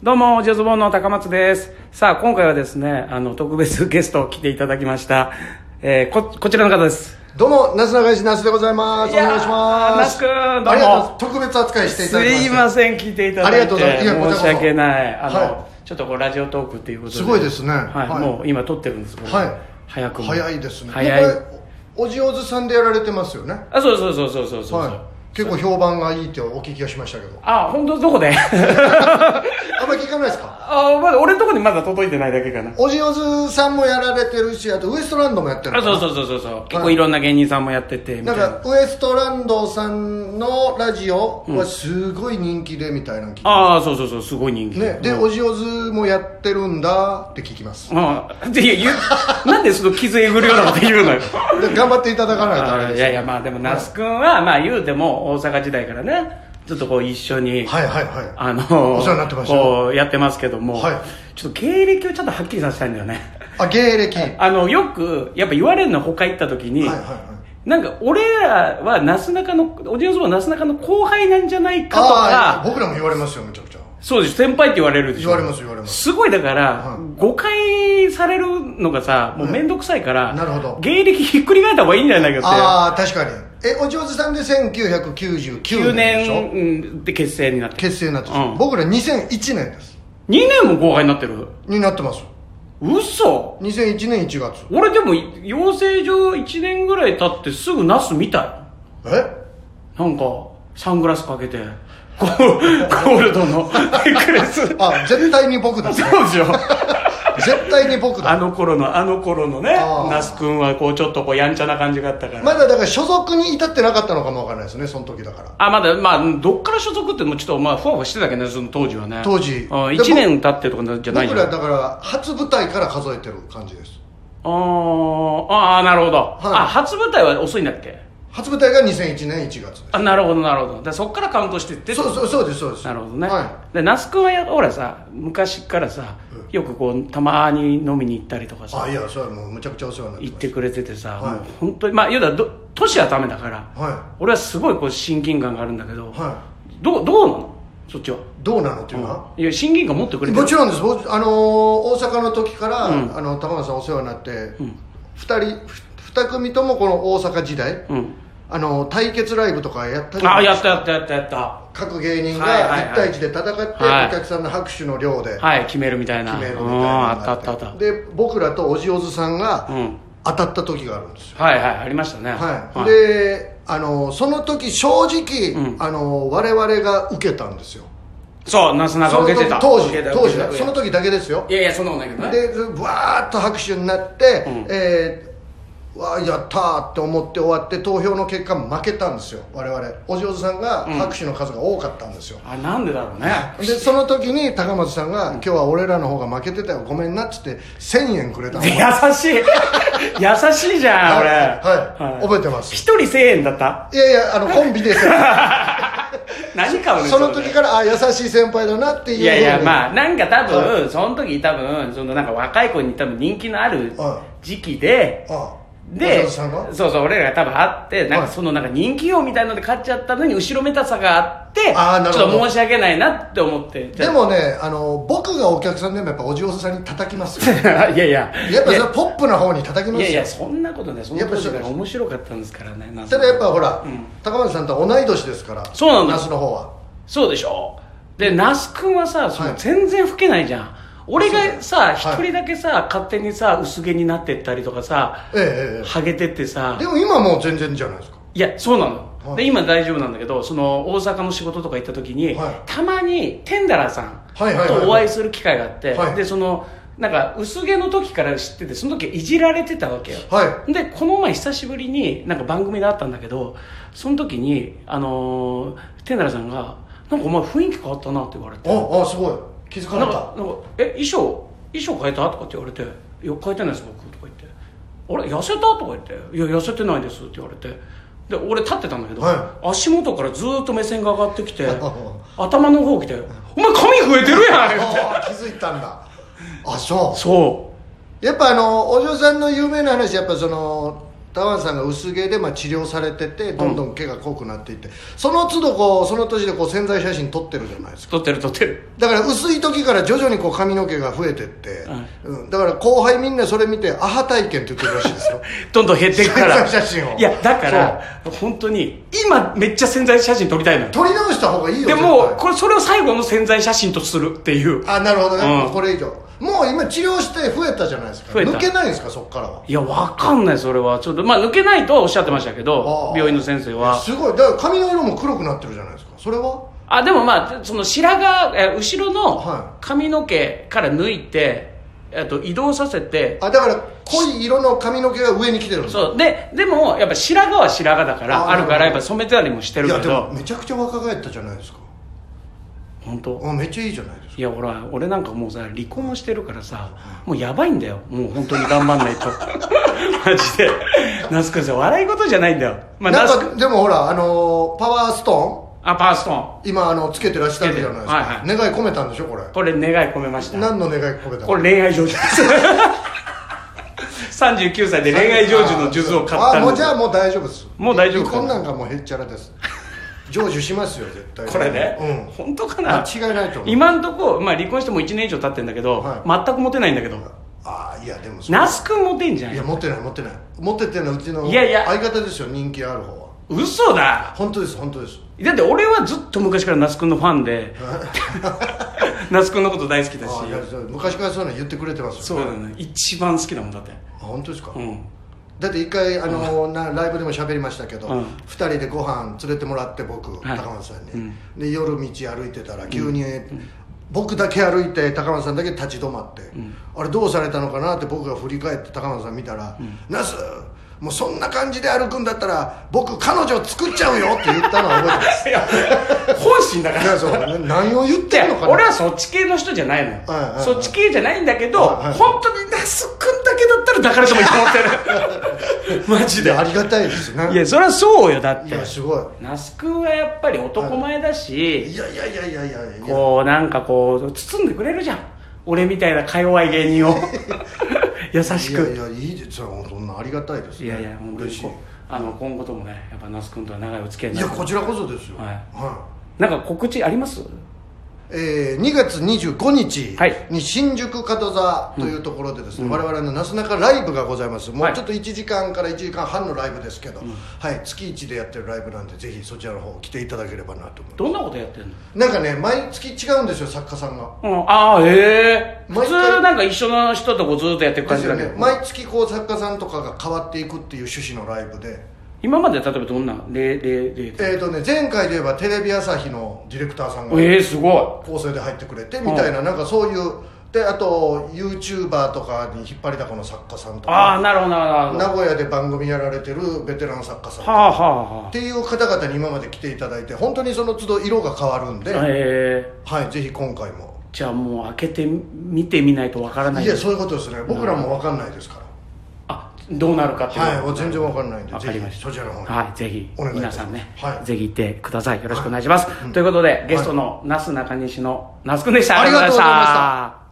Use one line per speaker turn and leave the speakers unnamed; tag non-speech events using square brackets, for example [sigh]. どうも、ジャズボンの高松です。さあ、今回はですね、あの、特別ゲストを来ていただきました。えー、こ、こちらの方です。
どうも、なすなかいし那須でございます。お願いしま
い
す。
やー那須君どうも
ありがとう特別扱いしていただきまし
す
て。
いません、聞いていただいて。
ありがとうございますいやこち
申
らこそ
し訳ない。あの、
は
ちょっとこう、ラジオトークっていうことで。
すごいですね
はい、
はい
もう今撮ってるんですけど
はい
早くも。
早いですね。
早
もう
い。
これおおじおずさんでやられてますよね。
あ、そうそうそうそうそうそう。
はい。結構評判がいいってお聞きがしましたけど。
あ、本当どこで [laughs]
あんまり聞かないですか
あ、まだ、俺のとこにまだ届いてないだけかな。
おじおずさんもやられてるし、あとウエストランドもやってるの
あ、
かな
そうそうそうそうそう。結構いろんな芸人さんもやってて、みた
ないん
な。
か、ウエストランドさんのラジオはすごい人気でみたいなの聞いて。
ああ、そうそうそう、すごい人気。
ね、で、おじおずもやってるんだって聞きます。
ああ、でいや、言う、なんでその傷えぐるようなこと言うのよ。
で頑張っていただかないとあれ
あ
です
ー
ね
いやいや、まあでも、那須君は、まあ言うても、大阪時代からね、ちょっとこう一緒に、
はいはいはい。
あの、
お世話になってました
こうやってますけども、
はい
ちょっと経歴をちょっとはっきりさせたいんだよね。
あ、芸歴。はい
あの、よく、やっぱ言われるの、他行った時に、
はいはい。
なんか、俺らは、なすなかの、おじいおばはなすなかの後輩なんじゃないかと
ああ、
か、
僕らも言われますよ、めちゃくちゃ。
そうです、先輩って言われるでしょ。
言われます、言われます。
すごいだから、
はい
誤解されるのがさもう面倒くさいから、
なるほど
芸歴ひっくり返った方がいいんじゃないかって
ああ、確かに。え、お上手さんで1999
9
年でしょ
年で結成になって
結成になってます
うん
僕ら2001年です。
2年も後輩になってる
になってます。
嘘
2001年1月。
俺でも養成所1年ぐらい経ってすぐナス見たよ
え
なんかサングラスかけてゴーゴールドのネックレス
あ、絶対
[laughs]
に僕だ。
そうでしょ
絶対に僕
あ
だ。
の頃のあの頃のね
あー
那須君はこうちょっとこうやんちゃな感じがあったから
まだだから所属に至ってなかったのかもわからないですね、その時だから。
あまだまあどっから所属ってもうちょっとまあふわふわしてたけどねその当時はね
当時
あ
で
1年経ってとかじゃない
僕
よ
らだから初舞台から数えてる感じです。
あーあーなるほど、あ初舞台は遅いんだっけ
初舞台が2001年1月です。
あなるほどなるほどでそっからカウントしてって
そうそうそうです、そうです。
なるほどね、
は
で那須君はやほらさ昔からさよくこうたまに飲みに行ったりとか
い。
さ
あ、いや、それはもうむちゃくちゃお世話になってます
行ってくれててさ、
はい
もう本当にまあ言うたらど年はダメだから、
は
俺はすごいこう親近感があるんだけど、
い、は、
どうどうなのそっちはい
どうなのっていうのはい
や親近感持ってくれてる
もちろんです、僕あのー大阪の時から、
うん
あの玉川さんお世話になって、二人ふ二組ともこの大阪時代、
うん
あのー対決ライブとかやったり
あやったやったやったやった
各芸人
はいはいは
が
い
1対1で戦って、
はい
お客さんの拍手の量で
はい決めるみたいな
決めるみたい
う
なの
ん
が
あ
あ
っ
って
たあったあった
で僕らとおじおずさん
う
が
ん
当たった時があるんですよ、
はいはいありましたね
はい、で、あのーその時正直、
うん
あのー我々が受けたんですよ
そうなすなか
その
受け
時
てた
当時
受けた
当時
受け
だ
た
その時だけですよ
いやいやそんなことないけどね
でぶわーっと拍手になって、
うん
えーわーやったーって思って終わって投票の結果負けたんですよ我々お嬢さんが拍手の数が多かったんですよ、
あなんでだろうね
でその時に高松さんが「今日は俺らの方が負けてたよごめんな」っつって1000円くれたの
優しい [laughs] 優しいじゃん
はい
俺
はい覚えてます
一人1000円だった
いやいやあのコ
[laughs]
ンビで
何買うね
その時からあ優しい先輩だなっていう
いやいや
あ
まあなんか多
は
分その時多分そのなんか若い子に多分人気のある
は
時期で
あお
で
嬢さんが
そうそう俺らが多分会ってなんか
はい
そのなんか人気よみたいので買っちゃったのに後ろめたさがあって
あーなる
ち
ほ
ょ
ど
っと申し訳ないなって思って
でもねあの僕がお客さんでもやっぱお嬢さんに叩きます
[laughs]
よ
いやいやいや
やっぱそれはポップな方に叩きますよ
いやいやそんなことねその
やっぱ
当
り
時
そう
か
です
ら面白かったんですからねなんか
ただやっぱほら、高松さんとは同い年ですから
そうなんだ
那須の方は
そうでしょで那須君はさその
はい
全然老けないじゃん、俺がさ一
そうだよはい
人だけさ、勝手にさ薄毛になってったりとかさ
えええ
ハゲてって
え
さ
でも今もう全然じゃないですか
いやそうなの、
はい
で今大丈夫なんだけどその大阪の仕事とか行った時に、
はい
たまにテンダラーさん
はいはいはいはい
とお会いする機会があって、
はい
でそのなんか薄毛の時から知っててその時いじられてたわけよ
は
でこの前久しぶりになんか番組で会ったんだけどその時にあのー、天ラさんが「なんかお前雰囲気変わったな」って言われて「
いああすごい気づか
な
なんか
か
っ
なんかえ衣装衣装変えた?」とかって言われて「いや変えてないです僕」とか言って「あれ痩せた?」とか言って「いや痩せてないです」って言われてで俺立ってたんだけど、
は
足元からずーっと目線が上がってき
[laughs]
て頭の方来て「お前髪増えてるやん!」って言って
たああ気づいたんだあそ
そう
[laughs] うやっぱあのお嬢さんの有名な話やっぱそのタワンさんが薄毛でまあ治療されててどんどん毛が濃くなっていって、その都度こうその年でこう宣材写真撮ってるじゃないですか
撮ってる撮ってる
だから薄い時から徐々にこう髪の毛が増えてって、
はい
うん、だから後輩みんなそれ見てアハ体験って言ってるらしいで
[laughs]
すよ
どんどん減っていくから
宣材写真を
いやだから本当に今めっちゃ宣材写真撮りたいのよ
撮り直した方がいいよ
で
絶
も
対
これそれを最後の宣材写真とするっていう
あなるほどね、
うん
もうこれ以上もう今治療して増えたじゃないですか
増えた
抜けないんですかそっからはい
やわかんないそれはちょっとまあ抜けないとはおっしゃってましたけど
ああ
[laughs] 病院の先生は
すごいだから髪の色も黒くなってるじゃないですかそれは
あでもまあその白髪え後ろ
は
の髪の毛から抜いて、えっと移動させて
あだから濃い色の髪の毛が上に来てるんです
そうででもやっぱ白髪は白髪だから
あ
あ
あ
るからやっぱ染めてたりもして
い
る
や
け
で
ど
もめちゃくちゃ若返ったじゃないですか
本当
あめっちゃいいじゃないですか
いやほら俺なんかもうさ離婚してるからさもうやばいんだよもう本当に頑張んないと [laughs] マジで那須君さ笑い事じゃないんだよまあ那
な
須
んかでもほらあのーパワースト
あパーストーン
ーン今あのつけてらっしゃるじゃないですか、
はいはい
願い込めたんでしょこれ
これ願い込めました
何の願い込めた
[laughs]
の
これ恋愛成就です39歳で恋愛成就の術を買った
あも
ん
う
で
じゃあもう大丈夫です
もう大丈夫か
こんなんがもうへっちゃらです成就しますよ絶対
これね、
うん
本当かな
間違いないと思う
今んとこ、まあ、離婚してもう1年以上経ってんだけど、
は
全くモテないんだけど
ああいやでもそう
那須君モテんじゃん
いや持ってない持ってない持ってってのはうちの
いやいや
相方ですよ人気ある方は
嘘だ
本当です本当です
だって俺はずっと昔から那須君のファンで [laughs] 那須君のこと大好きだし
あいやそう昔からそういうの言ってくれてます
そう
よ、
だね一番好きだもんだって
あ本当ですか、
うん
だって一回あの、なライブでも喋りましたけど、
うん
2人でご飯連れてもらって僕、
はい
高松さんに、
うん
で夜道歩いてたら急に、僕だけ歩いて高松さんだけ立ち止まって、あれどうされたのかなって僕が振り返って高松さん見たら「ナスもうそんな感じで歩くんだったら僕彼女作っちゃうよ」って言ったのは覚えてます
いや [laughs] 本心だから [laughs]
いやそうな何を言っ
い
て
や
るのかな
俺はそっち系の人じゃないのよ、
はいはいはい
そっち系じゃないんだけど、
はいはい
本当に那須君だけだったら抱かれてもいいと
[laughs]
思ってるマジで
いやありがたいですね
いやそりゃそうよだっ
い
て
やすごい
那須君はやっぱり男前だし、
いやいやいやいやいやいや
こうなんかこう包んでくれるじゃん俺みたいなか弱い芸人
[laughs]
を優し
い
く
やいやいいですよそんなありがたいです、ね、
いやいや本当に
嬉しい
こうあの今後ともねやっぱ那須君とは長いお付き合い
い
にな
や
る
こちらこそですよ
はい
は
なんか告知あります
いえー2月25日
はい
に新宿門座というところでですね、我々のなすなかライブがございますも
は
う
い
ちょっと1時間から1時間半のライブですけど、はい、月1でやってるライブなんでぜひそちらの方来ていただければなと思いま
どんなことやってんの
すなんかね毎月違うんですよ作家さんが
うん、ああええ普
毎
通
回
なんか一緒の人とこうずっとやっていく
で
感
す
じ
よ
だけ
ね
ど、
毎月こう作家さんとかが変わっていくっていう趣旨のライブで
今まで例えばどんな例例例
えーとね前回で言えばテレビ朝日のディレクターさんが
ええすご
構成で入ってくれてみたいな、なんかそういうであと YouTuber とかに引っ張りだこの作家さんと
いああ
か
なるほどなるほどな
名
るほ
古屋で番組やられてるベテラン作家さんと
どはあ
か
はあは
っ
あ
ていう方々に今まで来ていただいて本当にその都度色が変わるんで、はい
ええ
ぜひ今回も
じゃあもう開けて見てみないとわからない
いやそういうことですね僕らも分かんないですか
あどうなるかっていう
ら
の
はいもう全然分かんないんで
わかりま
ぜひ
し
そちらの方に、
たはいぜひ
お願いいた
皆
し
さ
ます
んね、
はい
ぜひ行ってくださいよろしくお願いします、ということでゲストのなすなかにしの那須くんでした
ありがとうございました
ありがとうございました